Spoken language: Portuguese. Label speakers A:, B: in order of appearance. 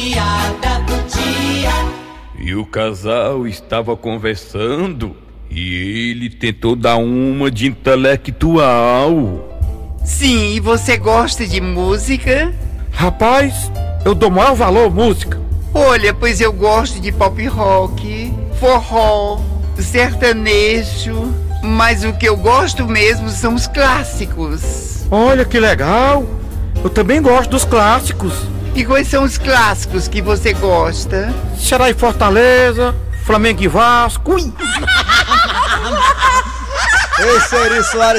A: piada do dia.
B: E o casal estava conversando e ele tentou dar uma de intelectual.
C: Sim, e você gosta de música?
D: Rapaz, eu dou maior valor à música.
C: Olha, pois eu gosto de pop rock, forró, sertanejo, mas o que eu gosto mesmo são os clássicos.
D: Olha que legal. Eu também gosto dos clássicos.
C: E quais são os clássicos que você gosta?
D: Ceará e Fortaleza, Flamengo e Vasco. Ui!
E: Ei, Seri Soares,